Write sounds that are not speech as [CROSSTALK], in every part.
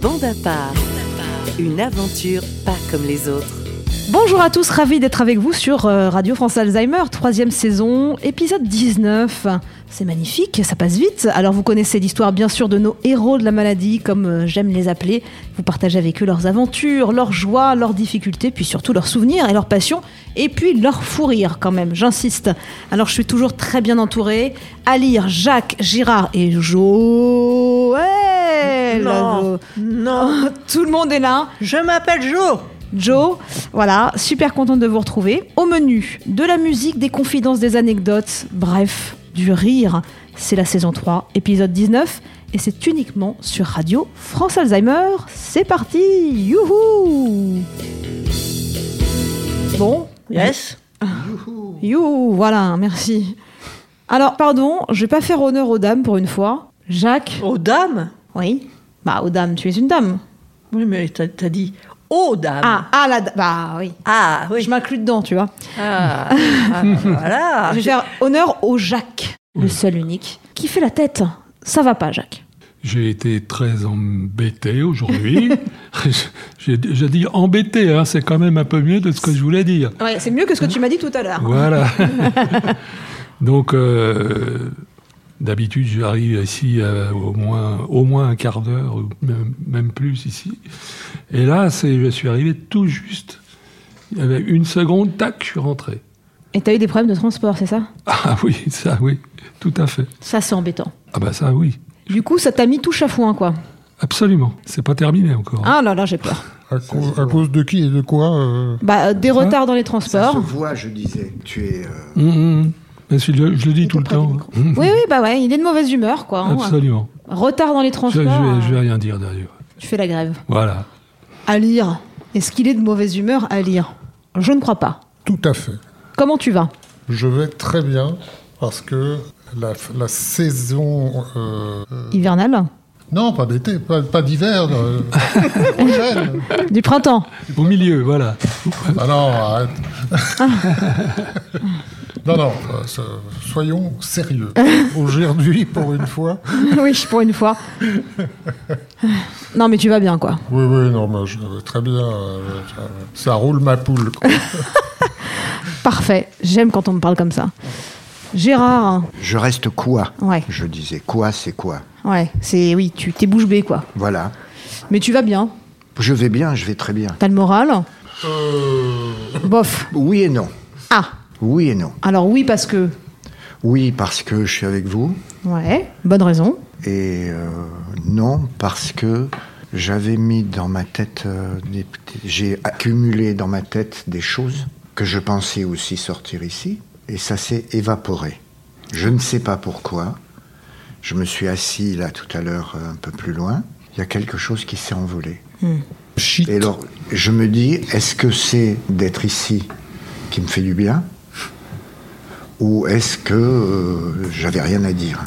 Bande à part, une aventure pas comme les autres. Bonjour à tous, ravi d'être avec vous sur euh, Radio France Alzheimer, troisième saison, épisode 19. C'est magnifique, ça passe vite. Alors vous connaissez l'histoire bien sûr de nos héros de la maladie, comme euh, j'aime les appeler. Vous partagez avec eux leurs aventures, leurs joies, leurs difficultés, puis surtout leurs souvenirs et leurs passions, et puis leurs fous rires quand même, j'insiste. Alors je suis toujours très bien entourée. À lire Jacques, Girard et Joël. Non, non. Tout le monde est là. Je m'appelle Jo. Joe, voilà, super contente de vous retrouver. Au menu, de la musique, des confidences, des anecdotes, bref, du rire. C'est la saison 3, épisode 19, et c'est uniquement sur Radio France Alzheimer. C'est parti, youhou Bon, Yes. youhou, voilà, merci. Alors, pardon, je vais pas faire honneur aux dames pour une fois. Jacques Aux dames Oui Bah, aux dames, tu es une dame. Oui, mais t'as t'as dit aux dames. Ah, ah, la da- Bah oui. Ah, oui. Je m'inclus dedans, tu vois. Ah, ah, voilà. Je vais Ah. faire honneur au Jacques, Mmh. le seul unique, qui fait la tête. Ça va pas, Jacques. J'ai été très embêté aujourd'hui. J'ai j'ai dit embêté, hein, c'est quand même un peu mieux de ce que je voulais dire. Ouais, c'est mieux que ce que tu m'as dit tout à l'heure. Voilà. Donc, euh, d'habitude, j'arrive ici euh, au, moins, au moins un quart d'heure, ou même, même plus ici. Et là, c'est- je suis arrivé tout juste. Il y avait une seconde, tac, je suis rentré. Et t'as eu des problèmes de transport, c'est ça Ah oui, ça, oui, tout à fait. Ça, c'est embêtant. Ah bah ça, oui, Du coup, ça t'a mis touche à foin, quoi. absolument. C'est pas terminé encore. hein. Ah là là, j'ai peur. À, cause- à cause de qui et de quoi euh, Bah, euh, Hein des retards dans les transports. Ça se voit, je disais. Tu es. euh, Hum, hum. Mais si je, je le dis tout le près du temps. micro. Hum, Oui, oui, bah ouais, il est de mauvaise humeur, quoi. hein. Absolument. Retard dans les Je, transports. je vais, euh, je vais rien dire d'ailleurs. Tu fais la grève. Voilà. À lire. Est-ce qu'il est de mauvaise humeur à lire Je ne crois pas. Tout à fait. Comment tu vas Je vais très bien parce que la, la saison. euh, euh, Hivernal non, pas d'été, pas, pas d'hiver. euh, prochaine. Du printemps Au milieu, voilà. Ah non, arrête. non, non, euh, so- soyons sérieux. Aujourd'hui, pour une fois. [LAUGHS] Oui, pour une fois. Non, mais tu vas bien, quoi. Oui, oui, non, mais je vais très bien. euh, ça- Ça roule ma poule. quoi. Parfait. J'aime quand on me parle comme ça. Gérard, hein. Je reste quoi Ouais. Je disais. Quoi, c'est quoi ouais, c'est oui, tu t'es bouche bée, quoi. Voilà. Mais tu vas bien. Je vais bien, je vais très bien. T'as le moral. Euh, Bof. Oui et non. Ah, Oui et non. alors oui, parce que. Oui, parce que je suis avec vous. Ouais, bonne raison. Et euh, non, parce que j'avais mis dans ma tête. euh, des petits- J'ai accumulé dans ma tête des choses que je pensais aussi sortir ici. Et ça s'est évaporé. Je ne sais pas pourquoi. Je me suis assis là tout à l'heure, euh, un peu plus loin. Il y a quelque chose qui s'est envolé. shit. Et alors, je me dis, est-ce que c'est d'être ici qui me fait du bien Ou est-ce que euh, j'avais rien à dire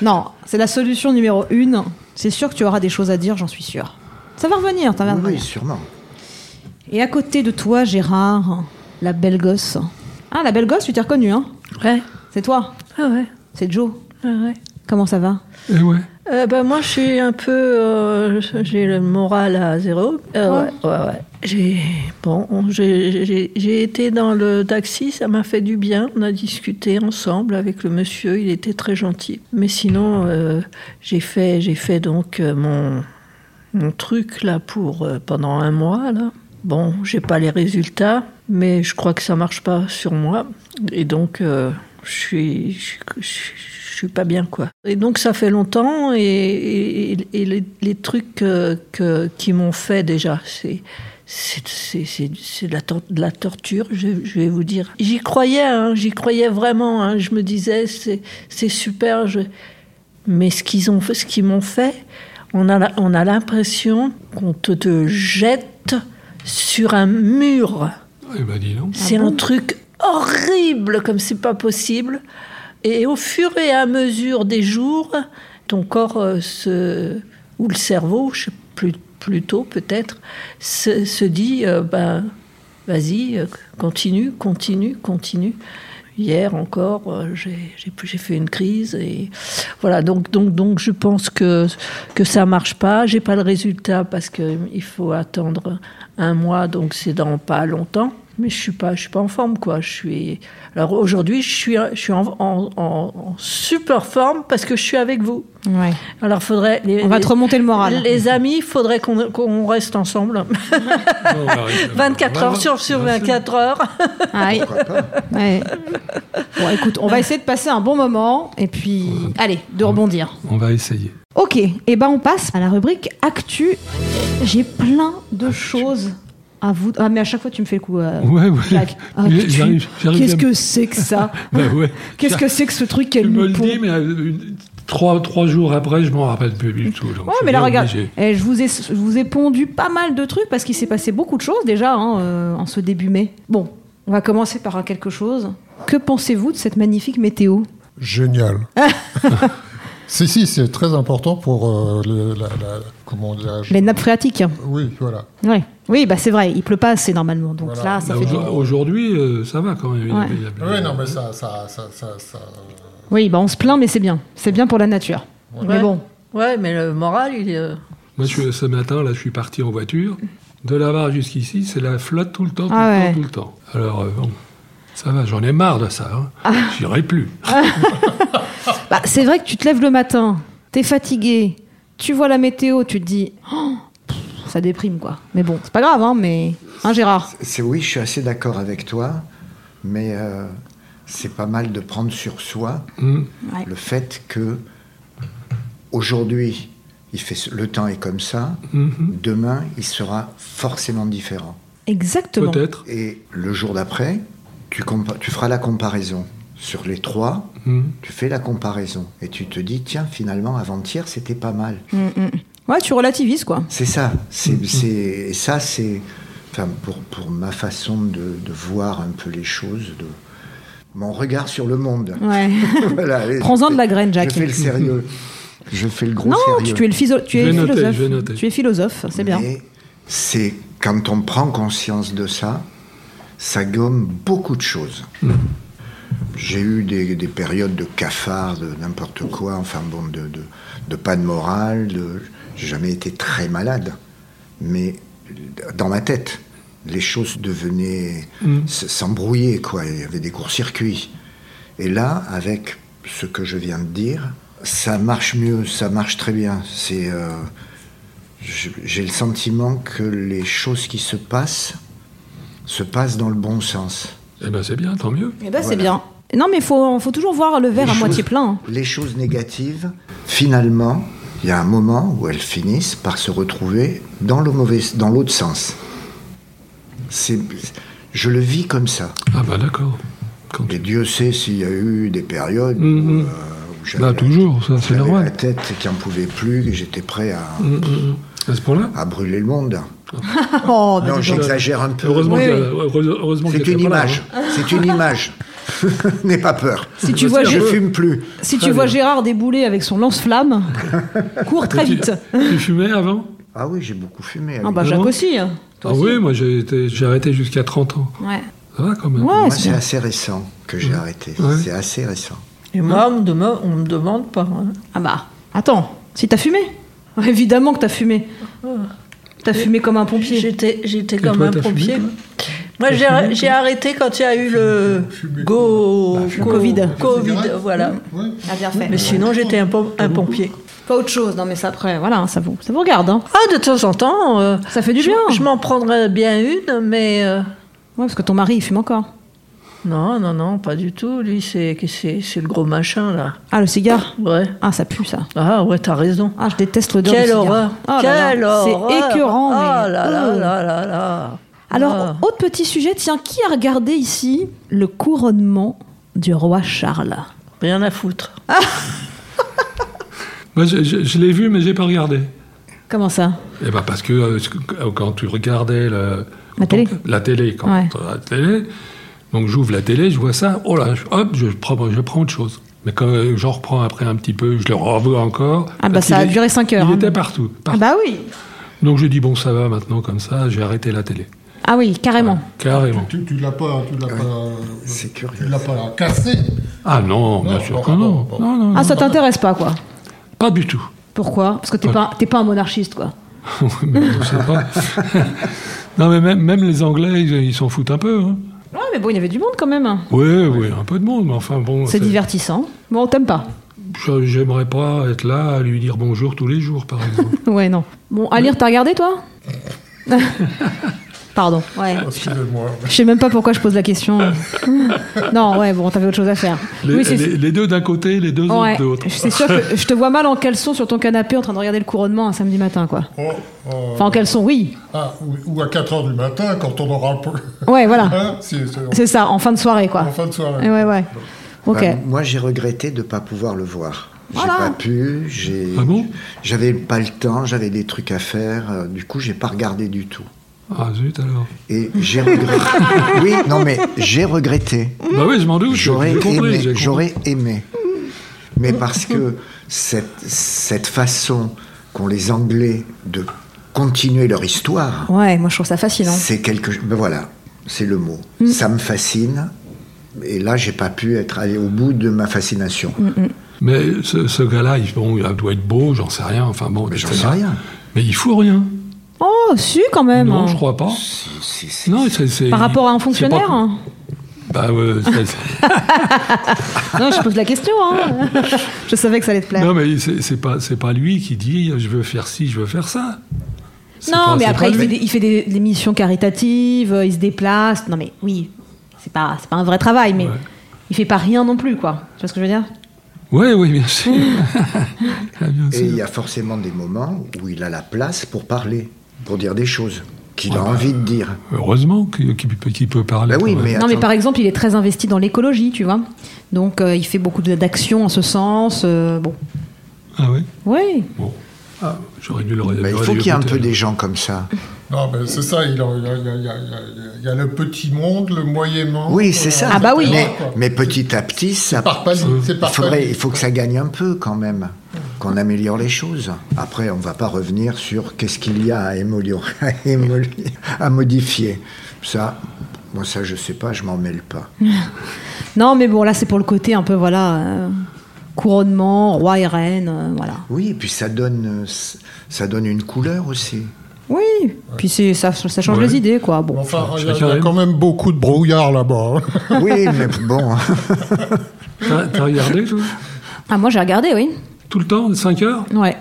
Non, c'est la solution numéro une. C'est sûr que tu auras des choses à dire, j'en suis sûre. Ça va revenir, ça va Oui, revenir. sûrement. Et à côté de toi, Gérard, la belle gosse. Ah, la belle gosse, tu t'es reconnue, hein Ouais. C'est toi Ah ouais. C'est Joe. Ah ouais. Comment ça va Et Eh ouais. Euh, bah, moi, je suis un peu. euh, j'ai le moral à zéro. Euh, ouais, ouais, ouais. J'ai. Bon, on- j'ai- j'ai j'ai été dans le taxi, ça m'a fait du bien. On a discuté ensemble avec le monsieur, il était très gentil. Mais sinon, euh, j'ai fait, j'ai fait donc euh, mon, mon truc là pour euh, pendant un mois là. Bon, j'ai pas les résultats, mais je crois que ça marche pas sur moi, et donc euh, je suis je, je- je suis pas bien quoi. Et donc ça fait longtemps, et, et- et les, les trucs euh, que, qui m'ont fait déjà, c'est c'est- c'est c'est- c'est de, la tor- de la torture, je, je vais vous dire. J'y croyais, hein, j'y croyais vraiment. hein. je me disais c'est c'est super. Je... Mais ce qu'ils ont fait, ce qu'ils m'ont fait, on a, la- on a l'impression qu'on te, te jette sur un mur. Eh ben dis [LAUGHS] donc. C'est un truc horrible comme c'est pas possible. Et au fur et à mesure des jours, ton corps euh, se, ou le cerveau, je sais plus, plutôt peut-être, se, se dit euh, ben, vas-y, euh, continue, continue, continue. Hier encore, euh, j'ai- j'ai j'ai fait une crise et voilà. Donc donc donc je pense que que ça marche pas. J'ai pas le résultat parce que euh, il faut attendre un mois, donc c'est dans pas longtemps. Mais je suis pas je suis pas en forme quoi. Je suis alors aujourd'hui je suis je suis en, en- en- en super forme parce que je suis avec vous. Ouais. Alors faudrait les- On va les- te remonter le moral. les amis, faudrait qu'on qu'on reste ensemble. Non, on arrive à- 24 heures sur, sur Ben, Bien sûr. [LAUGHS] 24 heures. Aïe. Pourquoi pas [LAUGHS] Ouais. Bon, écoute, on va essayer de passer un bon moment et puis, allez, de rebondir. On va essayer. Ok, et ben on passe à la rubrique Actu. J'ai plein de choses à vous. Ah, mais à chaque fois, tu me fais le coup. euh, Ouais, ouais. [LAUGHS] Jacques. Ah, J'arrive- tu- j'arrive- j'arrive Qu'est-ce bien. que c'est que ça Bah [LAUGHS] ouais. Qu'est-ce que c'est que ce truc Tu qu'elle me nous le pond dis, mais euh, une- trois, trois jours après, je m'en rappelle plus du tout. donc Ouais, je suis mais là, bien regarde, obligé. eh, je, vous ai, je vous ai pondu pas mal de trucs parce qu'il s'est passé beaucoup de choses déjà hein, euh, en ce début mai. Bon, on va commencer par euh, quelque chose. Que pensez-vous de cette magnifique météo [LAUGHS] Génial. si, si, c'est très important pour euh, le- la, la- comment dirais-je Les nappes phréatiques. Oui, voilà. Ouais. Oui, bah c'est vrai, il pleut pas assez normalement. Donc Voilà. là, ça Bah, fait. aujourd- Aujourd'hui, euh, ça va quand même. il y a- Ouais. il y a- Oui, non, mais ça, ça, ça, ça, ça- Oui, bah on se plaint, mais c'est bien. C'est bien pour la nature. Mais Ouais. bon. Ouais, mais le moral, il est. euh, Moi, je suis- ce matin, là, je suis parti en voiture. De la barre jusqu'ici, c'est la flotte tout le temps, tout, Ah le ouais. temps, tout le temps. Alors, euh, bon, ça va, j'en ai marre de ça. hein. Ah. J'irai plus. Bah, c'est vrai que tu te lèves le matin, t'es fatigué, tu vois la météo, tu te dis. Oh, pff, ça déprime quoi. Mais bon, c'est pas grave, hein, mais. Hein, Gérard C'est oui, je suis assez d'accord avec toi, mais euh, c'est pas mal de prendre sur soi Hmm. Ouais. le fait que aujourd'hui, il fait ce- le temps est comme ça, Mhm. demain, il sera forcément différent. Exactement. Peut-être. Et le jour d'après, tu, compa- tu feras la comparaison. Sur les trois, Hmm. tu fais la comparaison et tu te dis, tiens, finalement, avant-hier, c'était pas mal. Mm, Ouais, tu relativises quoi. C'est ça. C'est, Mm-hmm. c'est- et ça, c'est. Enfin, pour, pour ma façon de, de voir un peu les choses, de, mon regard sur le monde. Ouais. [LAUGHS] Voilà, allez, Prends-en je de la fais- graine, Jacques. Je fais le sérieux. Je fais le gros Non, sérieux. tu, tu es le philo- tu Je es vais noter, philosophe. je vais noter. Tu es philosophe, c'est bien. Mais c'est quand on prend conscience de ça, ça gomme beaucoup de choses. J'ai eu des, des périodes de cafard, de n'importe quoi, enfin bon, de, de, de pas de morale, de, j'ai jamais été très malade, mais dans ma tête, les choses devenaient, s- s'embrouillaient, quoi, il y avait des courts-circuits. Et là, avec ce que je viens de dire, ça marche mieux, ça marche très bien. C'est, euh, je- j'ai le sentiment que les choses qui se passent se passent dans le bon sens. Eh ben, c'est bien, tant mieux. Eh ben, c'est bien. Non, mais faut, faut toujours voir le verre Les à moitié choses- plein. hein. Les choses négatives, finalement, il y a un moment où elles finissent par se retrouver dans le mauvais, dans l'autre sens. C'est, je le vis comme ça. Ah, bah d'accord. Quand Et Dieu sait s'il y a eu des périodes où, Mhm. euh, où j'avais, Bah, la- toujours, ça, c'est j'avais normal. Mm. la tête qui en pouvait plus, que j'étais prêt à, À ce point-là à brûler le monde. [LAUGHS] Oh, bah, Non, dis donc. j'exagère un peu. Heureusement Oui, qu'il y a- oui. heureuse- heureusement qu'il C'est y a- une voilà, image. hein. [LAUGHS] C'est une image. N'aie pas peur. Si tu vois, Je Gé- fume plus. si tu Très vois bien. Gérard débouler avec son [LAUGHS] lance-flamme, cours très Tu- vite. hein. Tu fumais avant Ah oui, j'ai beaucoup fumé. Ah bah Vraiment Jacques aussi. hein. Toi Ah aussi. oui, moi j'ai été- j'ai arrêté jusqu'à 30 ans. Ouais. Ça va quand même. Ouais, Moi, c'est c'est bien. assez récent que j'ai arrêté. Ah, Ouais. C'est assez récent. Et moi, on me demande, on me demande pas. hein. Ah bah, attends, si t'as fumé [LAUGHS] Évidemment que t'as fumé. T'as fumé comme un pompier. J'étais, j'étais toi, comme un t'as fumé, pompier. toi moi, j'ai, arr- j'ai arrêté quand il y a eu le go, fumé. go- Covid. Covid, voilà. Oui. Ah, bien fait. Mais sinon, j'étais un, pom- un pompier. Pas autre chose, non mais ça après, voilà, ça vous, ça vous regarde. Hein. Ah, de temps en temps, euh, Ça fait du je, bien. je m'en prendrais bien une, mais euh, Ouais, parce que ton mari, il fume encore. non, non, non, pas du tout. Lui, c'est, c'est, c'est le gros machin là. Ah, le cigare Ouais. Ah, ça pue ça. Ah ouais, t'as raison. Ah, je déteste l'odeur du Quelle cigare. horreur Ah là Quelle là, horreur C'est écœurant. Ah mais- là là Oh. là là là Alors, Ah. autre petit sujet, tiens, qui a regardé ici le couronnement du roi Charles Rien à foutre. Moi je, je- je l'ai vu, mais j'ai pas regardé. Comment ça Eh ben parce que euh, ce que- quand tu regardais le- La quand télé. on- la télé, quand Ouais. on- la télé, donc j'ouvre la télé, je vois ça, oh là, je- hop, je prends, je prends autre chose. Mais quand euh, j'en reprends après un petit peu, je le revois encore. Ah bah, parce ça qu'il a est- duré cinq heures, Il hein. était partout. Ah partout. bah oui Donc j'ai dit bon ça va maintenant comme ça, j'ai arrêté la télé. Ah oui, carrément. Carrément. Tu, tu l'as pas, tu l'as Ouais. pas, euh, C'est curieux. tu l'as pas cassé. Ah non, bien Non, sûr non, que non. non, Non, non, Ah, non. ça t'intéresse pas, quoi. Pas du tout. Pourquoi Parce que t'es pas, t'es pas un monarchiste, quoi. Mais on sait pas. [LAUGHS] non, mais même, même les Anglais, ils ils s'en foutent un peu. hein. Ouais, mais bon, il y avait du monde quand même. Oui, oui, un peu de monde, mais enfin bon. C'est divertissant. Bon, on t'aime pas. Je- J'aimerais pas être là à lui dire bonjour tous les jours, par exemple. [LAUGHS] Ouais, non. Bon, à lire, t'as regardé, [LAUGHS] toi Pardon, ouais. Excusez-moi. Je sais même pas pourquoi je pose la [LAUGHS] question. non, ouais, bon, t'avais autre chose à faire. Les, [LAUGHS] Oui, c'est- les- les deux d'un côté, les deux Ouais, autres de l'autre. c'est sûr que je te vois mal en caleçon sur ton canapé en train de regarder le couronnement un samedi matin, quoi. Oh, euh, Enfin, en caleçon, oui. ah, ou, ou à 4 heures du matin, quand on aura un peu. Ouais, voilà. Hein, si, c'est- C'est ça, en fin de soirée, quoi. en fin de soirée. Ouais, ouais, ouais. Ok. Bah, moi, j'ai regretté de ne pas pouvoir le voir. Voilà. J'ai pas pu, j'ai. Ah bon J'avais pas le temps, j'avais des trucs à faire, euh, du coup, j'ai pas regardé du tout. Ah zut alors. Et [LAUGHS] j'ai regretté. oui, non, mais j'ai regretté. Bah oui, je m'en doute. J'aurais j'ai compris, j'ai aimé, compris. j'aurais aimé. Mais parce que cette, cette façon qu'ont les Anglais de continuer leur histoire, Ouais, moi je trouve ça hein. fascinant. c'est quelque chose. Ben voilà, c'est le mot. Ça me fascine. Et là, j'ai pas pu être allé au bout de ma fascination. Mais ce, ce gars-là, il, bon, il doit être beau, j'en sais rien. Enfin bon, Mais j'en etc. sais rien. Mais il fout rien. Oh, si, quand même. non, je crois pas. Si, si, Non, c'est, c'est- Par rapport à un c'est pas- fonctionnaire hein. [LAUGHS] Bah ouais, c'est- c'est- Non, je pose la question. hein. [LAUGHS] je savais que ça allait te plaire. non, mais c'est, c'est pas, c'est pas lui qui dit je veux faire ci, je veux faire ça. C'est Non, pas- mais c'est après, pas il fait, lui. des, il fait des, des missions caritatives, euh, il se déplace. Non, mais oui, c'est pas, c'est pas un vrai travail, mais Ouais. il fait pas rien non plus, quoi. Tu vois ce que je veux dire Oui, oui, [LAUGHS] bien sûr. [LAUGHS] Ah, bien Et il y sûr. a forcément des moments où il a la place pour parler, pour dire des choses qu'il a envie de dire. Heureusement qu'il, qu'il peut- qu'il peut parler. Ben oui, quand même. mais Non, mais attends. par exemple, il est très investi dans l'écologie, tu vois. Donc, euh, il fait beaucoup de- d'actions en ce sens. euh, bon, Ah oui oui. Bon. Ah, j'aurais dû le Ben, il j'aurais faut dû qu'il y ait un l'écouter, peu alors. des gens comme ça. Non, mais c'est ça, il y a, il y a- il y a- il y a- il y a- il y a le petit monde, le moyen monde. Oui, c'est ça. Ah bah oui. Mais, quoi. mais petit à petit, ça. Par palier, c'est Il, par faudrait, palier. il faut que ça gagne un peu quand même, qu'on améliore les choses. Après, on ne va pas revenir sur qu'est-ce qu'il y a à améliorer, à, émoli- à modifier. Ça, moi, ça, je sais pas, je m'en mêle pas. Non, mais bon, là, c'est pour le côté un peu, voilà, euh, couronnement, roi et reine, euh, voilà. Oui, et puis ça donne, euh, c- ça donne une couleur aussi. Oui, puis c'est- ça, ça change Ouais. les idées, quoi. Bon. Euh, Enfin, il y a- il y, Chacun a aime. quand même beaucoup de brouillard là-bas. hein. Oui, mais bon. [LAUGHS] T'as, t'as regardé, toi Ah, moi, j'ai regardé, oui. Tout le temps, 5 heures Ouais.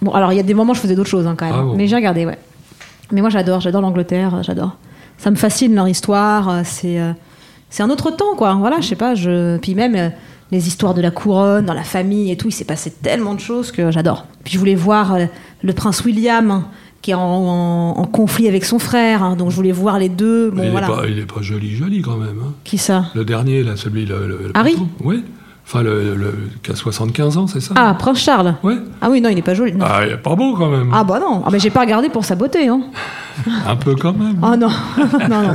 Bon, alors il y a des moments je faisais d'autres choses hein, quand même, Ah bon. mais j'ai regardé, ouais. Mais moi j'adore, j'adore l'Angleterre, euh, j'adore. Ça me fascine leur histoire, euh, c'est euh, c'est un autre temps quoi. Voilà, je sais pas, je puis même euh, les histoires de la couronne, dans la famille et tout, il s'est passé tellement de choses que j'adore. Puis je voulais voir euh, le prince William hein, qui est en, en- en conflit avec son frère, hein, donc je voulais voir les deux. Bon il, voilà. est pas, il est pas joli, joli quand même. hein. Qui ça Le dernier, là, celui, le. le- le Harry patron. Oui. Enfin, le, le- qui a 75 ans, c'est ça Ah, prince Charles. Ouais. Ah oui, non, il n'est pas joli. non. Ah. Ah, il est pas beau quand même. bah non, ah, mais j'ai pas regardé pour sa beauté. Hein. Un peu quand même. Ah non, [LAUGHS] non, non.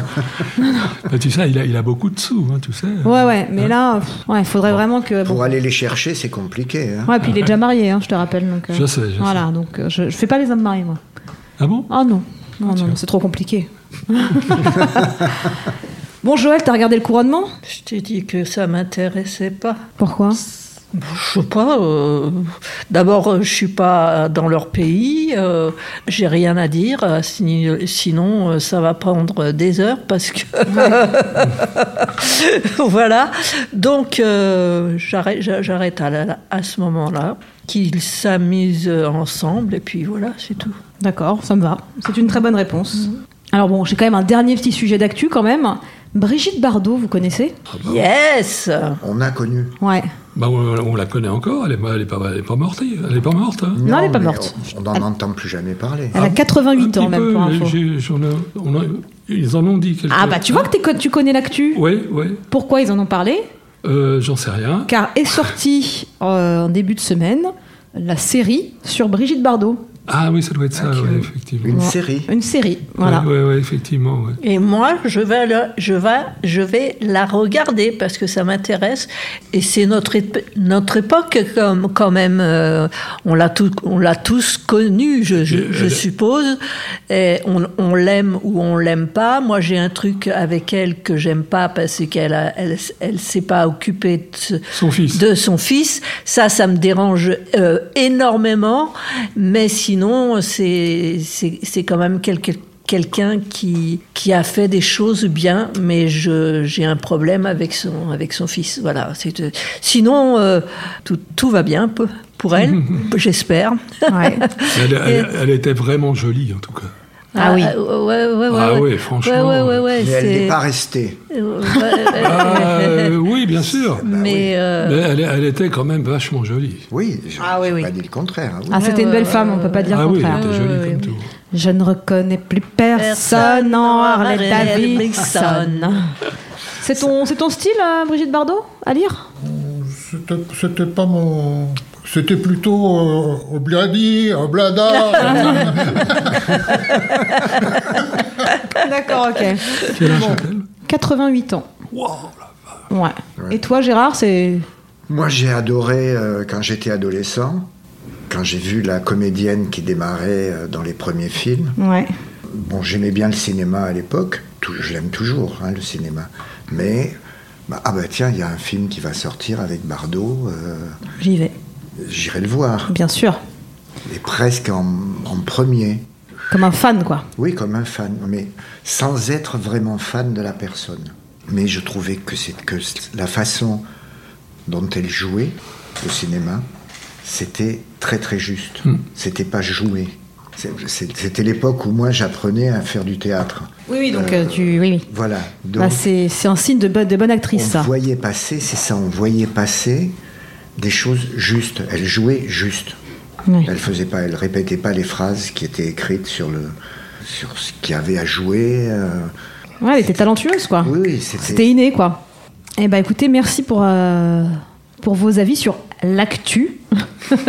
Mais tu sais, il a, il a beaucoup de sous, hein, tu sais. Ouais, ouais, mais là, pff, ouais, il faudrait vraiment que. bon. Pour aller les chercher, c'est compliqué. hein. Ouais, puis il est déjà marié, hein, je te rappelle. Donc, euh, Je sais, je Voilà, donc euh, je, je fais pas les hommes mariés, moi. Ah bon Ah non, non, non, c'est trop compliqué. [LAUGHS] bon, Joël, t'as regardé le couronnement Je t'ai dit que ça m'intéressait pas. Pourquoi Je sais pas. euh, D'abord, euh, je suis pas dans leur pays. euh, J'ai rien à dire. euh, si- Sinon, euh, ça va prendre des heures parce que [LAUGHS] voilà. Donc, euh, j'arrête j'a- j'arrête à, la- à ce moment-là. Qu'ils s'amusent ensemble et puis voilà, c'est tout. D'accord, ça me va. C'est une très bonne réponse. Alors bon, j'ai quand même un dernier petit sujet d'actu quand même. Brigitte Bardot, vous connaissez Yes. On a connu. Ouais. Bah, on, on la connaît encore, elle est, pas- elle est pas, elle est pas morte. Elle est pas morte. hein. Non, elle est pas mais morte. Ah. On n'en entend plus jamais parler. Elle a Ah, Un 88 petit ans même peu, pour info. j'ai- j'en ai- on a- ils en ont dit quelque Ah bah tu vois que t'es co- tu connais l'actu. Oui, oui. Pourquoi ils en ont parlé Euh, J'en sais rien. car est sortie euh, en début de semaine la série sur Brigitte Bardot. Ah oui, ça doit être ça, Ok. ouais, effectivement. Une Ouais, série. Une série, voilà. ouais, ouais, effectivement. ouais. Et moi, je vais, la, je, vais, je vais la regarder parce que ça m'intéresse. Et c'est notre, ép- notre époque, comme, quand même. euh, on l'a tout- on l'a tous connue, je, je- je Euh, suppose. Et on on l'aime ou on l'aime pas. Moi, j'ai un truc avec elle que j'aime pas parce qu'elle a- elle, elle s'est pas occupée de ce- Son fils. de son fils. Ça, ça me dérange euh, énormément, mais sinon, c'est c'est c'est quand même quelque- quelqu'un qui, qui a fait des choses bien, mais je- j'ai un problème avec son, avec son fils. Voilà. c'est, euh, Sinon, euh, tout, tout va bien peu- pour elle, [LAUGHS] j'espère. Ouais. Elle, elle- elle était vraiment jolie, en tout [LAUGHS] cas. Ah oui. ouais, ouais, ouais, Ah ouais. oui, franchement. Ouais, ouais, ouais, ouais, Mais elle n'est c'est- pas restée. Euh, ouais, ouais, [LAUGHS] Ah, euh, oui, bien sûr. Bah mais euh, Mais elle, elle était quand même vachement jolie. Oui, je Ah oui, j'ai oui. pas dit le contraire. hein, oui. Ah, c'était une belle femme, on peut pas dire Ah le oui, contraire. elle était jolie Ouais, comme ouais, tout. Je ne reconnais plus personne en Harley Davidson. [LAUGHS] C'est ton, c'est ton style, euh, Brigitte Bardot, à lire C'était c'était pas mon. C'était plutôt euh, Obladi, Oblada. D'accord, ok. [LAUGHS] Quel âge a-t-elle 88 ans. Wow, Ouais. Et toi, Gérard, c'est. Moi, j'ai adoré euh, quand j'étais adolescent, quand j'ai vu la comédienne qui démarrait euh, dans les premiers films. Ouais. Bon, j'aimais bien le cinéma à l'époque, Tou- je l'aime toujours, hein, le cinéma. Mais, bah, ah bah tiens, il y a un film qui va sortir avec Bardot, euh, J'y vais. j'irai le voir. Bien sûr. Et presque en, en premier. Comme un fan, quoi. Oui, comme un fan, mais sans être vraiment fan de la personne. Mais je trouvais que, c'est, que la façon dont elle jouait au cinéma, c'était très très juste. Hmm. C'était pas joué. C'est- c'est- C'était l'époque où moi j'apprenais à faire du théâtre. Oui, oui, donc euh, tu. Oui, oui. Voilà. Donc, Bah, c'est c'est un signe de, bo- de bonne actrice, on ça. voyait passer, c'est ça, on voyait passer des choses justes. Elle jouait juste. Oui. Elle faisait pas, elle répétait pas les phrases qui étaient écrites sur le sur ce qu'il y avait à jouer. euh. Ouais, elle était talentueuse, quoi. Oui, oui, C'était c'était. inné, quoi. Eh ben, écoutez, merci pour, euh, pour vos avis sur l'actu.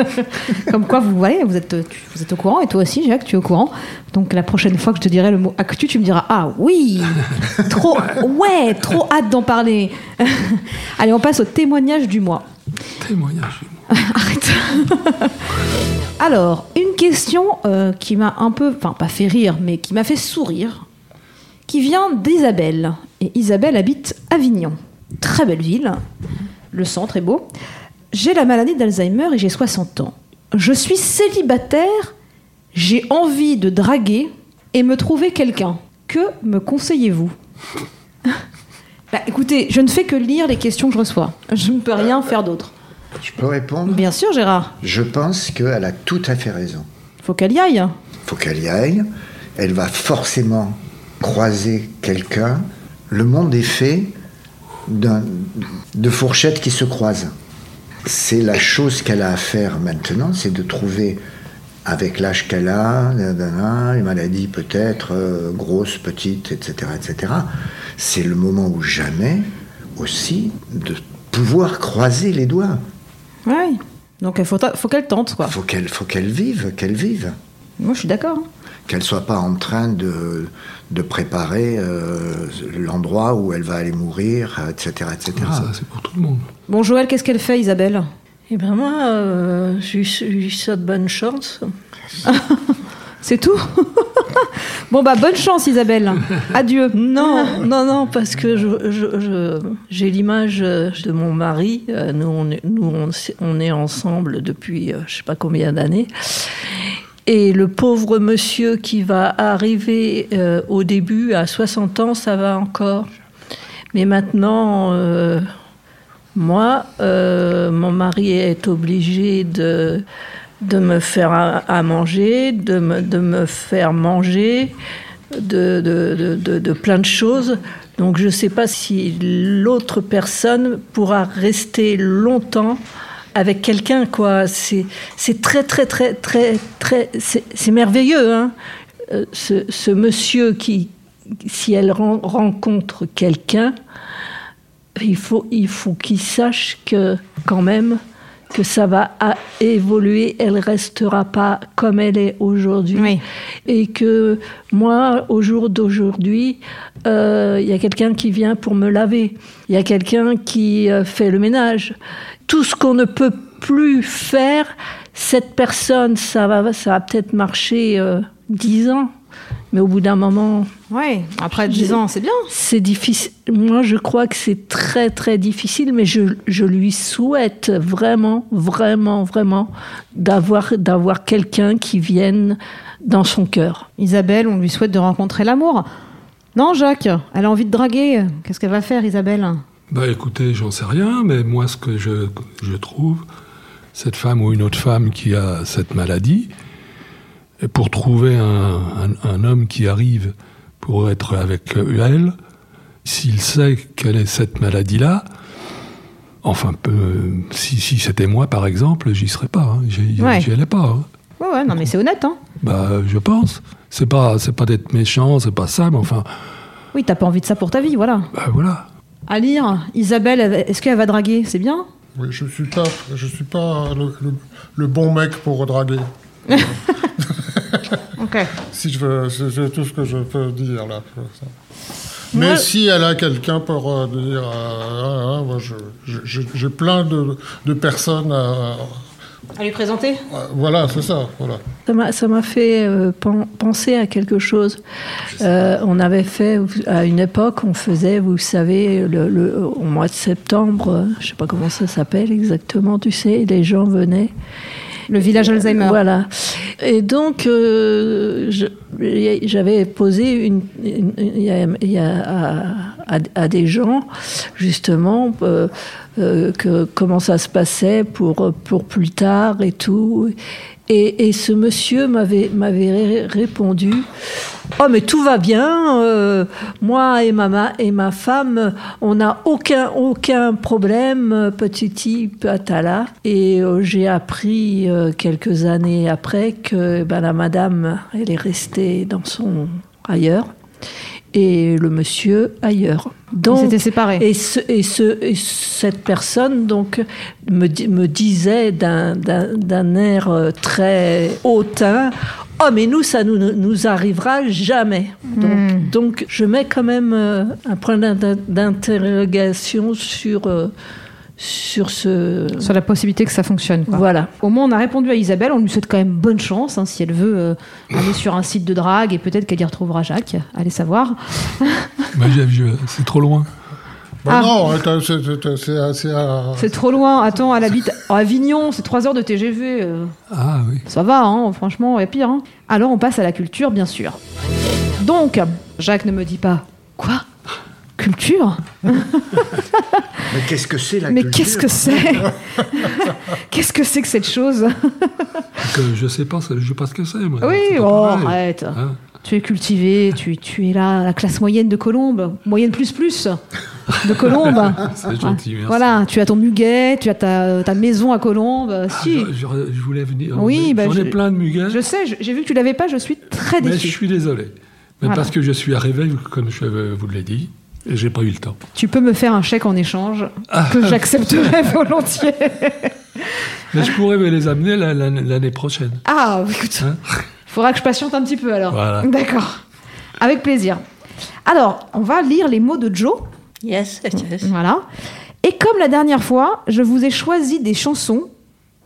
[LAUGHS] Comme quoi, vous voyez, vous êtes, tu- vous êtes au courant, et toi aussi, Jacques, tu es au courant. Donc, la prochaine fois que je te dirai le mot actu, tu me diras Ah [LAUGHS] oui Trop, ouais, trop hâte d'en parler. [LAUGHS] Allez, on passe au témoignage du mois. témoignage. Arrête. Alors, une question euh, qui m'a un peu, enfin pas fait rire, mais qui m'a fait sourire, qui vient d'Isabelle. Et Isabelle habite Avignon. Très belle ville. Le centre est beau. J'ai la maladie d'Alzheimer et j'ai 60 ans. Je suis célibataire, j'ai envie de draguer et me trouver quelqu'un. Que me conseillez-vous [LAUGHS] Bah écoutez, je ne fais que lire les questions que je reçois. Je ne peux rien faire d'autre. Je peux répondre. Bien sûr, Gérard. Je pense qu'elle a tout à fait raison. Faut qu'elle y aille. Faut qu'elle y aille. Elle va forcément croiser quelqu'un. Le monde est fait d'un- de fourchettes qui se croisent. C'est la chose qu'elle a à faire maintenant, c'est de trouver, avec l'âge qu'elle a, nanana, les maladies peut-être, euh, grosses, petites, etc., etc. C'est le moment ou jamais aussi de pouvoir croiser les doigts. Ouais. Donc il faut, faut qu'elle tente, quoi. Ah, Faut qu'elle, faut qu'elle vive, qu'elle vive. Moi, je suis d'accord. hein. qu'elle soit pas en train de, de préparer euh, l'endroit où elle va aller mourir, euh, etc. etc. Ah, c'est pour tout le monde. Bon, Joël, qu'est-ce qu'elle fait, Isabelle eh ben moi, euh, je lui je lui souhaite bonne chance. C'est tout [LAUGHS] Bon, bah, bonne chance, Isabelle. Adieu. Non, non, non, parce que je- je- je- j'ai l'image euh, de mon mari. Euh, Nous, on est, nous, on, s'est- on est ensemble depuis euh, je sais pas combien d'années. Et le pauvre monsieur qui va arriver euh, au début, à 60 ans, ça va encore. Mais maintenant, euh, moi, euh, mon mari est obligé de, de me faire à, à manger, de me, de me faire manger, de, de, de- de- de plein de choses. Donc je ne sais pas si l'autre personne pourra rester longtemps avec quelqu'un, quoi. C'est c'est très, très, très, très, très... C'est c'est merveilleux, hein. Euh, ce, ce monsieur qui, si elle ren- rencontre quelqu'un, il faut, il faut qu'il sache que, quand même, que ça va à- évoluer, elle restera pas comme elle est aujourd'hui. Oui. Et que moi, au jour d'aujourd'hui, euh, il y a quelqu'un qui vient pour me laver, il y a quelqu'un qui euh, fait le ménage. Tout ce qu'on ne peut plus faire, cette personne, ça va, ça va peut-être marcher euh, dix ans, mais au bout d'un moment, Ouais, après 10 ans, c'est bien. c'est difficile. Moi, je crois que c'est très, très difficile, mais je, je lui souhaite vraiment, vraiment, vraiment d'avoir, d'avoir quelqu'un qui vienne dans son cœur. Isabelle, on lui souhaite de rencontrer l'amour. Non, Jacques, elle a envie de draguer. Qu'est-ce qu'elle va faire, Isabelle Bah écoutez, j'en sais rien, mais moi ce que je, je trouve, cette femme ou une autre femme qui a cette maladie, et pour trouver un, un- un homme qui arrive pour être avec elle, s'il sait quelle est cette maladie-là, enfin, peu- si, si c'était moi par exemple, j'y serais pas, hein, j'y Ouais. j'y allais pas. hein. Ouais, ouais, non, mais c'est honnête, hein. Bah, je pense. C'est pas, c'est pas d'être méchant, c'est pas ça, mais enfin, Oui, t'as pas envie de ça pour ta vie, voilà. bah, voilà. À lire, Isabelle, elle va- est-ce qu'elle va draguer C'est bien Oui, je suis pas, je suis pas le, le- le bon mec pour draguer. Ok. Si je veux, c'est c'est tout ce que je peux dire là. Mais si elle a quelqu'un pour euh, dire, euh, Ah, ah, moi, je- je- je- j'ai plein de, de personnes. à- À lui présenter à- voilà, c'est ça. Voilà. Ça m'a, ça m'a fait euh, pen- penser à quelque chose. Euh, on avait fait, à une époque, on faisait, vous savez, le, le- au mois de septembre, euh, je sais pas comment ça s'appelle exactement, tu sais, les gens venaient. Euh, Le village Alzheimer. Voilà. Et donc, euh, je- j'avais posé une, une- il y a- il y a- à, à- à des gens, justement, euh, euh, que, comment ça se passait pour, pour plus tard et tout. Et, et ce monsieur m'avait m'avait ré- répondu Oh, mais tout va bien. euh, moi et ma, ma- et ma femme, on n'a aucun, aucun problème, euh, petit type, patala. Et euh, j'ai appris euh, quelques années après que ben, la madame, elle est restée dans son ailleurs et le monsieur ailleurs. Ils Donc, s'étaient séparés. et, ce, et, ce, et cette personne donc me, di- me disait d'un- d'un d'un air euh, très hautain Oh, mais nous, ça nous, nous arrivera jamais. Donc, donc, je mets quand même euh, un point d'inter- d'interrogation sur, euh, sur ce. Sur la possibilité que ça fonctionne. Quoi. Voilà. Au moins, on a répondu à Isabelle. On lui souhaite quand même bonne chance hein, si elle veut euh, aller sur un site de drague et peut-être qu'elle y retrouvera Jacques. Allez savoir. Mais j'ai- je- c'est trop loin. Bah Ah. Non, attends, c'est- c'est- c'est euh, assez. à- C'est trop loin. Attends, elle habite à Avignon. C'est 3 heures de TGV. euh, Ah oui. ça va, hein, franchement, et pire. hein. Alors, on passe à la culture, bien sûr. Donc, Jacques ne me dit pas quoi Culture Mais qu'est-ce que c'est la Mais culture qu'est-ce que [LAUGHS] c'est Qu'est-ce que c'est que cette chose que je sais pas, ça- je sais pas ce que Ah, c'est. moi. Oui, C'est pas oh, pareil. arrête. Hein Tu es cultivé, tu, tu es là, la classe moyenne de Colombe, moyenne plus plus de Colombe. c'est gentil, [LAUGHS] merci. Voilà, tu as ton muguet, tu as ta, ta maison à Colombe. Ah, Si, je, je- je voulais venir. Oui, bah, J'en ai je- plein de muguets, je sais, je- j'ai vu que tu l'avais pas, je suis très mais je déçue. suis désolé. Mais Voilà. parce que je suis arrivé, comme je vous l'ai dit, et j'ai pas eu le temps. Tu peux me faire un chèque en échange Ah. que j'accepterai [LAUGHS] [LAUGHS] volontiers. Mais je pourrais me les amener la- la- l'année prochaine. Ah, écoute, Hein faudra que je patiente un petit peu alors. Voilà. [LAUGHS] D'accord, avec plaisir. Alors, on va lire les mots de Joe. Yes, yes. Voilà. Et comme la dernière fois, je vous ai choisi des chansons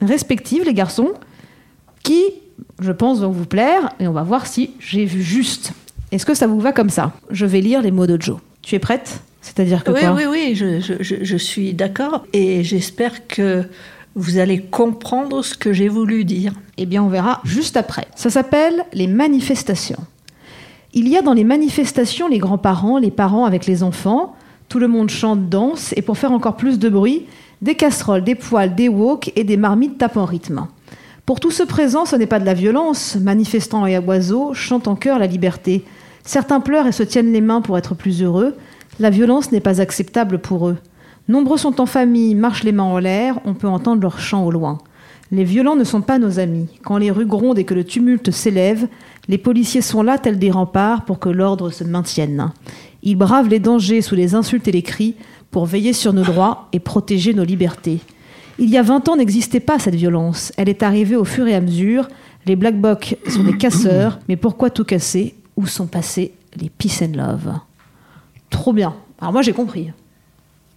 respectives, les garçons, qui, je pense, vont vous plaire. Et on va voir si j'ai vu juste. Est-ce que ça vous va comme ça Je vais lire les mots de Joe. Tu es prête C'est-à-dire que Oui, quoi oui, oui, je, je- je- je suis d'accord et j'espère que vous allez comprendre ce que j'ai voulu dire. Eh bien, on verra juste après. Ça s'appelle les manifestations. Il y a dans les manifestations les grands-parents, les parents avec les enfants. Tout le monde chante, danse et pour faire encore plus de bruit, des casseroles, des poêles, des woks et des marmites tapent en rythme. Pour tous ceux présents, ce n'est pas de la violence. Manifestants et oiseaux chantent en chœur la liberté. Certains pleurent et se tiennent les mains pour être plus heureux. La violence n'est pas acceptable pour eux. Nombreux sont en famille, marchent les mains en l'air, on peut entendre leurs chants au loin. Les violents ne sont pas nos amis. Quand les rues grondent et que le tumulte s'élève, les policiers sont là tels des remparts pour que l'ordre se maintienne. Ils bravent les dangers sous les insultes et les cris pour veiller sur nos droits et protéger nos libertés. Il y a 20 ans n'existait pas cette violence. Elle est arrivée au fur et à mesure. Les Black Blocs sont des casseurs, mais pourquoi tout casser Où sont passés les Peace and Love Trop bien. Alors moi j'ai compris.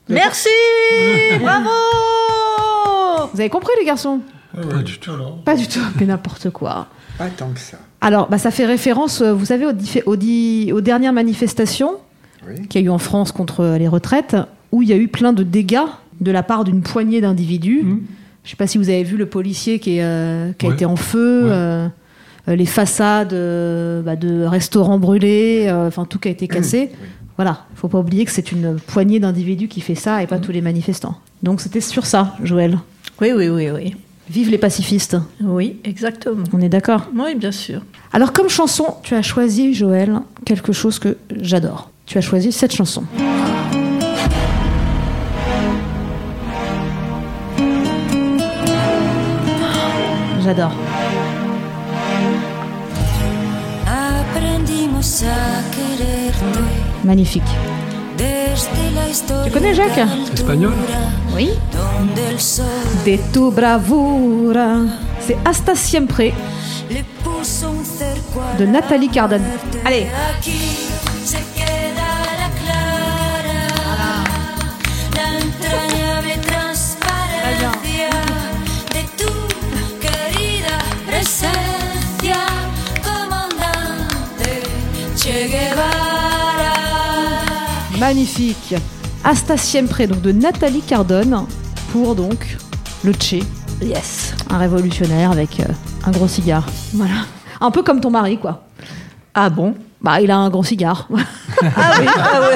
Merci [LAUGHS] Bravo Vous avez compris les garçons Pas du tout. alors. Pas du tout, mais n'importe quoi. Pas tant que ça. Alors, bah, ça fait référence, euh, vous savez, aux, diffé- aux di- aux dernières manifestations Oui. qu'il y a eu en France contre euh, les retraites, où il y a eu plein de dégâts de la part d'une poignée d'individus. Je ne sais pas si vous avez vu le policier qui, est, euh, qui a Mmh. Ouais. été en feu, Ouais. euh, euh, les façades euh, bah, de restaurants brûlés, euh, enfin tout qui a été Mmh. cassé. Voilà, faut pas oublier que c'est une poignée d'individus qui fait ça et Mmh. pas tous les manifestants. Donc c'était sur ça, Joël. Oui, oui, oui, oui. Vive les pacifistes, Oui, exactement. on est d'accord Oui, bien sûr. Alors comme chanson, tu as choisi, Joël, quelque chose que j'adore. Tu as choisi cette chanson. J'adore. Aprendimos a quererte Magnifique. desde la historia. Tu connais Jacques [LAUGHS] Espagnol Oui. Donde el sol De tu bravura. C'est Hasta Siempre le puso un cerco a de la Nathalie Cardone. muerte. Allez, Aquí se queda la clara, la entrañable transparencia de tu querida presencia, comandante Che Guevara. magnifique. Hasta Siempre, donc de Nathalie Cardone, pour donc le Che. Yes. un révolutionnaire avec euh, un gros cigare. Voilà. Un peu comme ton mari, quoi. Ah bon Bah, il a un gros cigare. Ah oui, ah oui.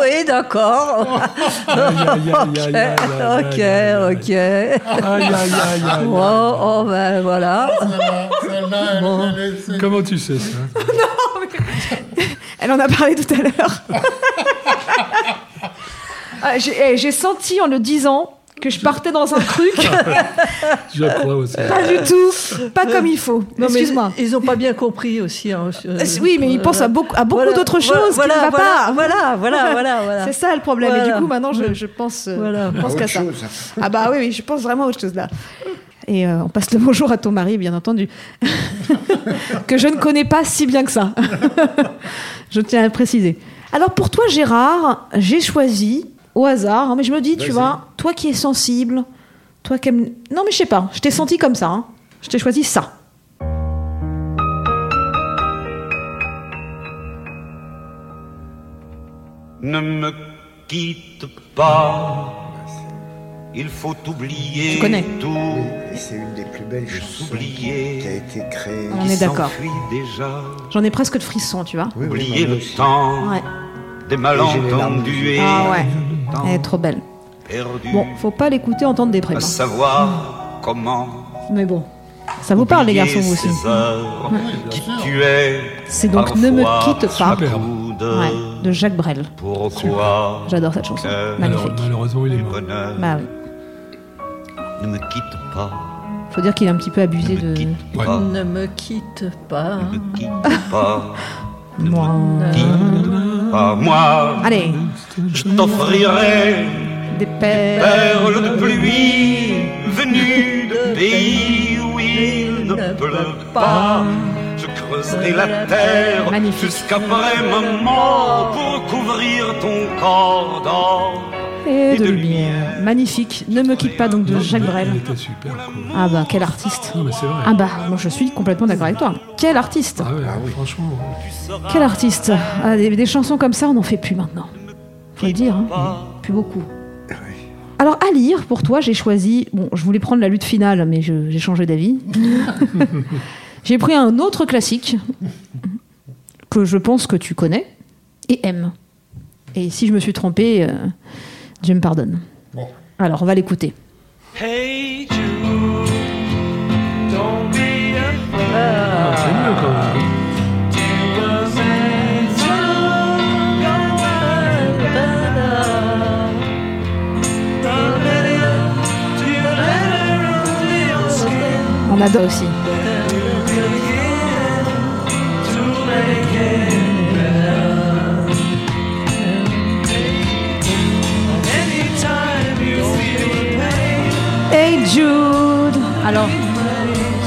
oui, d'accord. Aïe, aïe, aïe, aïe, aïe, Ok, aïe, aïe, ok. ok. aïe, aïe, aïe, aïe. Oh, oh, ben voilà. Celle-là, [LAUGHS] celle-là, elle- elle est- c'est- Comment tu sais ça [LAUGHS] Elle en a parlé tout à l'heure. [LAUGHS] Ah, j'ai eh, j'ai senti en le disant que je partais dans un truc. Je crois aussi. pas du tout. Pas comme il faut. Non, mais Excuse-moi. Euh, Ils n'ont pas bien compris aussi. hein, sur- Oui, mais il pense à beaucoup, à beaucoup Voilà, d'autres voilà, choses voilà, qui ne va voilà, pas. Voilà, voilà, voilà, voilà. C'est ça le problème. Et Voilà. du coup, maintenant, je, je pense, euh, Voilà. je pense Autre qu'à ça. chose. hein. Ah bah oui, oui, je pense vraiment à autre chose là. Et euh, on passe le bonjour à ton mari, bien entendu, [LAUGHS] que je ne connais pas si bien que ça. [LAUGHS] je tiens à le préciser. Alors pour toi, Gérard, j'ai choisi au hasard, hein, mais je me dis, tu vois, toi qui es sensible, toi qui aimes... Non mais je sais pas, je t'ai senti comme ça. hein. Je t'ai choisi ça. Ne me quitte pas. Il faut oublier Tu connais. tout. Et c'est une des plus belles chansons qui, Oublié. qui a été créée. On est d'accord. S'enfuit déjà. J'en ai presque de frissons, tu vois. Oui, oui, Oublier moi le aussi. temps Ouais. des Et j'ai les larmes aux malentendus yeux. et Ah ouais. le temps Elle est trop belle. perdu. Bon, faut pas l'écouter entendre des À prépas. savoir comment. hein. Mais bon, ça vous parle les oublier garçons vous aussi. ces heures qui tuaient C'est donc Ne me parfois quitte pas. sous coude. Ouais, de Jacques Brel. Pourquoi J'adore cette chanson. Euh, Magnifique. Alors, malheureusement, il est le mort. bonheur Bah oui. ne me quitte pas. Faut dire qu'il est un petit peu abusé Ne me de. quitte Ouais. pas. Ne me quitte pas. Ne me quitte pas. Ne me Ah. Moi. quitte pas. Moi, Allez, je t'offrirai des pères. perles de pluie venues de pays où il ne pleut pas. Je creuserai la terre Magnifique. jusqu'après ma mort pour couvrir ton corps d'or. Et et de de lumière. Magnifique. Ne me quitte pas donc de Jacques Il Brel. était super cool. Ah bah quel artiste. Non, mais c'est vrai. Ah bah moi je suis complètement d'accord avec toi. Quel artiste. Ah ouais, franchement. Quel artiste. Ah, des, des chansons comme ça on n'en fait plus maintenant. Faut le dire. hein. Plus beaucoup. Alors à lire pour toi j'ai choisi. Bon je voulais prendre la lutte finale mais je- j'ai changé d'avis. j'ai pris un autre classique que je pense que tu connais et aimes. Et si je me suis trompée, euh, Dieu me pardonne. Bon. Alors on va l'écouter. Hey Jude, don't be afraid. Ah, c'est mieux quand même. It was a On adore aussi. Anytime you feel pain. Jude. Alors,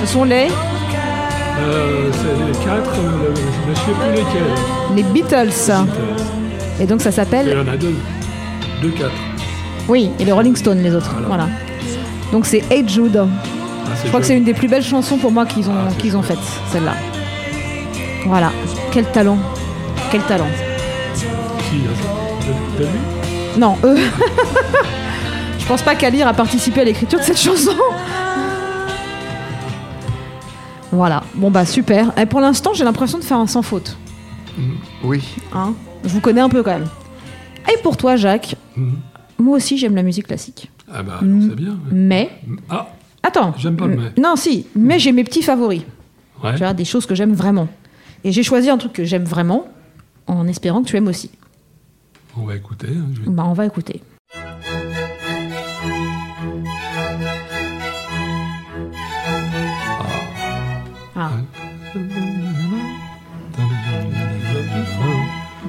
ce sont les, Euh, c'est les quatre, euh, le- je ne sais plus lesquels. les Beatles. Et donc ça Il y s'appelle. en a deux. Deux, quatre. Oui, et les Rolling Stones, les autres. Voilà. Donc c'est Hey Jude. Ah, Je crois que c'est joli. une des plus belles chansons pour moi qu'ils ont, Ah, c'est qu'ils ont chouette. faites, celle-là. Voilà. Quel talent. Quel talent. Qui, euh, t'as vu Non, eux. [LAUGHS] Je pense pas qu'Alir a participé à l'écriture de cette chanson. Voilà. Bon bah super. Et pour l'instant, j'ai l'impression de faire un sans faute. Oui. hein. Je vous connais un peu quand même. Et pour toi, Jacques, Mhm. moi aussi j'aime la musique classique. Ah bah, alors, Mm. c'est bien. ouais. Mais Ah, attends. J'aime pas le mais. Non, si. Mais j'ai mes petits favoris. ouais. Tu vois, des choses que j'aime vraiment. Et j'ai choisi un truc que j'aime vraiment, en espérant que tu aimes aussi. On va écouter. hein, je vais- Bah, on va écouter. Ah,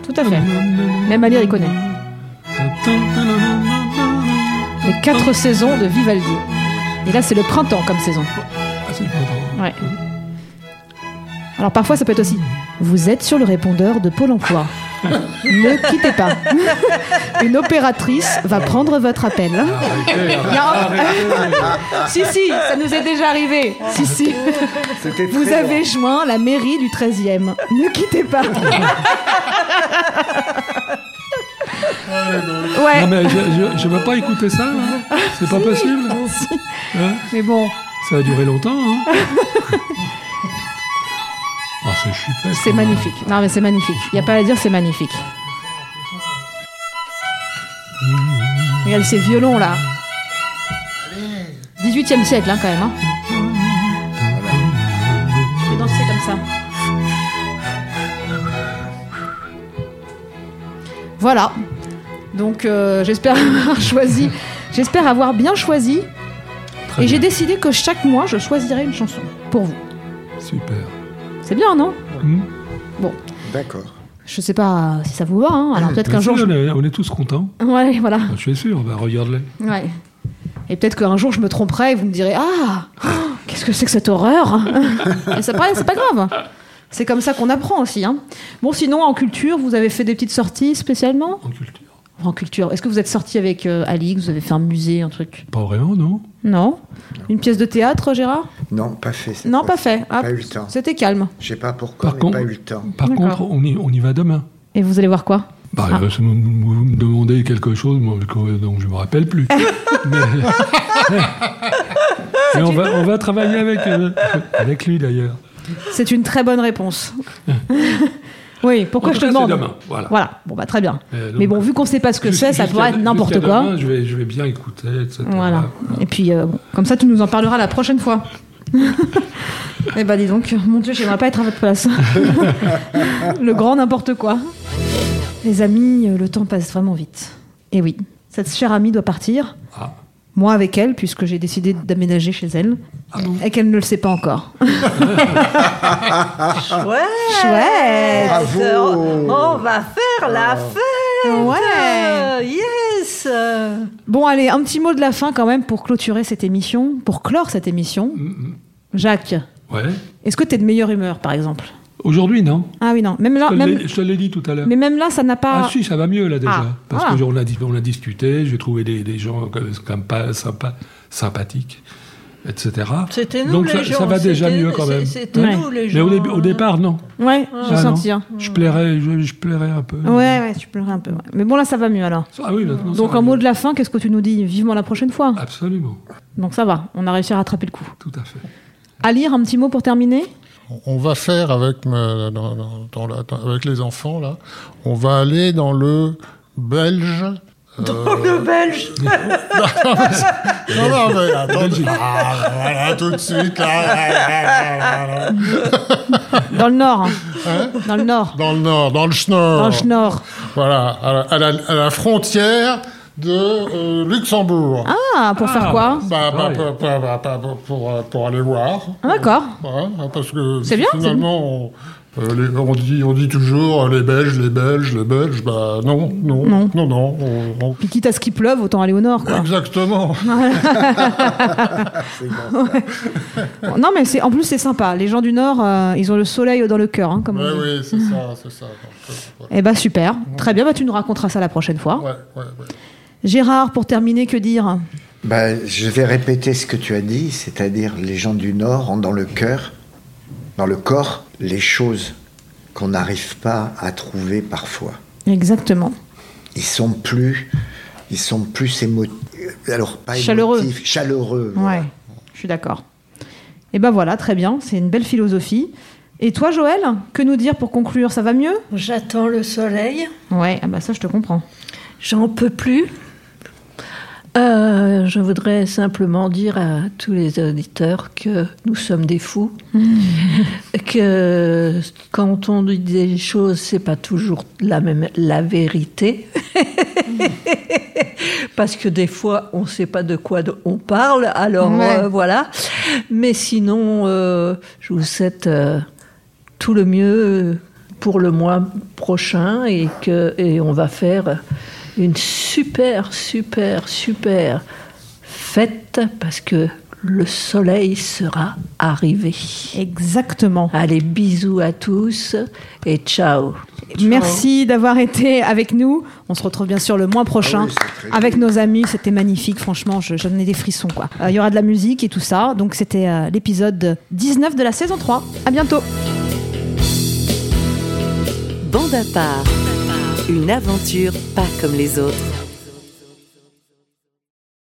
tout à fait. Même Alir y connaît. Ah, Les quatre saisons de Vivaldi. Et là, c'est le printemps comme saison. Ah, c'est le printemps. Ouais. Alors parfois, ça peut être aussi. Vous êtes sur le répondeur de Pôle emploi. ne quittez pas. Une opératrice va prendre votre appel. Ah, Arrêtez, Il y arrêtez. a un- [LAUGHS] si, si, ça nous est déjà arrivé. Si, si. C'était Vous très avez joint la mairie du 13e. Ne quittez [LAUGHS] pas. Non, ouais, Ah, mais je, je, je veux pas écouter ça, là. C'est pas possible. Hein mais bon, Ça a duré longtemps, [LAUGHS] hein. Ah, c'est chupette. c'est magnifique. Non, mais c'est magnifique. Il n'y a pas à dire, c'est magnifique. Regarde ces violons là. 18e siècle, hein, quand même. Hein. Je vais danser comme ça. Voilà. Donc, euh, j'espère avoir [LAUGHS] choisi. J'espère avoir bien choisi. Très et j'ai bien. décidé que chaque mois, je choisirais une chanson pour vous. Super. C'est bien, non Hmm. D'accord. Je sais pas si ça vous va. hein. Alors peut-être qu'un Mais jour, si, on, est, on est tous contents. je- ouais, voilà, Je suis sûr. Bah, regarde-les. ouais. Et peut-être qu'un jour, je me tromperai et vous me direz ah, oh, qu'est-ce que c'est que cette horreur Mais c'est pas, c'est pas grave. C'est comme ça qu'on apprend aussi. hein. Bon, sinon en culture, vous avez fait des petites sorties spécialement En culture. En culture, est-ce que vous êtes sorti avec euh, Ali que Vous avez fait un musée, un truc Pas vraiment, non Non. Une pièce de théâtre, Gérard Non, pas fait. cette Non, pas fois-ci. fait. Ah, Pas eu le temps. C'était calme. Je sais pas pourquoi, Par mais contre- pas eu le temps. Par D'accord. contre, on y, on y va demain. Et vous allez voir quoi Bah, Ah. euh, si vous, vous me demandez quelque chose moi, que- dont je me rappelle [LAUGHS] plus. mais Mais on, va, on va travailler avec, euh, avec lui, d'ailleurs. C'est une très bonne [LAUGHS] réponse. oui. Pourquoi En je te tout cas, demande c'est demain. Voilà. Voilà, bon bah très bien. Euh, donc, Mais bon, vu qu'on sait pas ce que c'est, ça pourrait être n'importe quoi. je, vais, je vais bien écouter, etc. Voilà. Et puis, euh, bon, comme ça, tu nous en parleras la prochaine [LAUGHS] fois. Eh ben dis donc, mon Dieu, j'aimerais pas être à votre [LAUGHS] place. le grand n'importe quoi. Les amis, euh, le temps passe vraiment vite. Et oui, cette chère amie doit partir. Ah. Moi avec elle, puisque j'ai décidé d'aménager chez elle. Ah et qu'elle ne le sait pas [LAUGHS] encore. [LAUGHS] Ouais, Chouette. Bravo. On, on va faire Ah. la fête Ouais. Yes Bon, allez, un petit mot de la fin quand même pour clôturer cette émission, pour clore cette émission. Mm, Jacques, Ouais. est-ce que t'es de meilleure humeur, par exemple Aujourd'hui, non. Ah oui, non. Même là, Je te même... l'ai- je te l'ai dit tout à l'heure. Mais même là, ça n'a pas. Ah si, ça va mieux là déjà. Ah, parce voilà. qu'on a, dis- on a discuté, j'ai trouvé des, des gens comme, comme pas, sympa, sympathiques, etc. C'était nous Donc les ça, ça gens, va déjà c'était- mieux quand même. C'était Ouais. nous les gens. hein. Mais au, dé- au départ, non. Ouais, je Ah, non. senti. hein. Je plairais, je, je plairais un peu. Ouais, ouais, tu pleurais un peu. ouais. Mais bon, là, ça va mieux alors. Ah oui, maintenant, ça Donc, va en mieux. mot de la fin, qu'est-ce que tu nous dis Vivement la prochaine fois. Absolument, Donc, ça va, on a réussi à rattraper le coup. tout à fait. À lire un petit mot pour terminer On va faire avec, me- dans- dans- dans la- dans- avec les enfants, là, on va aller dans le belge. Dans euh, le belge Non, non, mais attendez. Ah, voilà, tout de suite, là, là, là, là, là, là. Dans le Nord. hein. Dans le Nord. Dans le nord, dans le Dans schnorr. le Nord. Voilà, à la, à la- à la frontière de euh, Luxembourg. Ah, pour faire quoi Bah, bah, Ouais. bah, bah, bah, bah, pour, euh, pour aller voir, Ah, D'accord. voilà, hein, parce que C'est bien, finalement, on- Euh, les- on, dit, on dit toujours euh, les Belges, les Belges, les Belges. Bah non, non, Non. non, non. on- on- Puis quitte à ce qu'il pleuve, autant aller au nord, quoi. Exactement. Non, mais c'est en plus c'est sympa. Les gens du Nord, euh, ils ont le soleil dans le cœur, hein, comme Ouais, on dit. oui, c'est ça, c'est ça. Donc, Eh ben super, très bien. Bah, tu nous raconteras ça la prochaine fois. euh, ouais, ouais, ouais. Gérard, pour terminer, que dire Bah, je vais répéter ce que tu as dit, c'est-à-dire les gens du Nord ont dans le cœur, dans le corps, les choses qu'on n'arrive pas à trouver parfois. Exactement. Ils sont plus, ils sont plus émo- alors pas Chaleureux. émotifs, chaleureux. voilà. Ouais, je suis d'accord. Et ben voilà, très bien. C'est une belle philosophie. Et toi, Joël, que nous dire pour conclure Ça va mieux J'attends le soleil. Ouais, ah bah ça, je te comprends. J'en peux plus. Euh, je voudrais simplement dire à tous les auditeurs que nous sommes des fous, que quand on dit des choses, c'est pas toujours la même la vérité, [LAUGHS] parce que des fois on sait pas de quoi de- on parle. Alors Ouais. euh, voilà. Mais sinon, euh, je vous souhaite euh, tout le mieux pour le mois prochain et, que, et on va faire une super, super, super fête parce que le soleil sera arrivé. Exactement. Allez, bisous à tous et ciao. Merci d'avoir été avec nous. On se retrouve bien sûr le mois prochain Ah oui, c'est très avec nos amis. C'était magnifique, franchement, je- j'en ai des frissons. quoi. Euh, Il y aura de la musique et tout ça. Donc c'était euh, l'épisode 19 de la saison 3. À bientôt. Bande à part, une aventure pas comme les autres.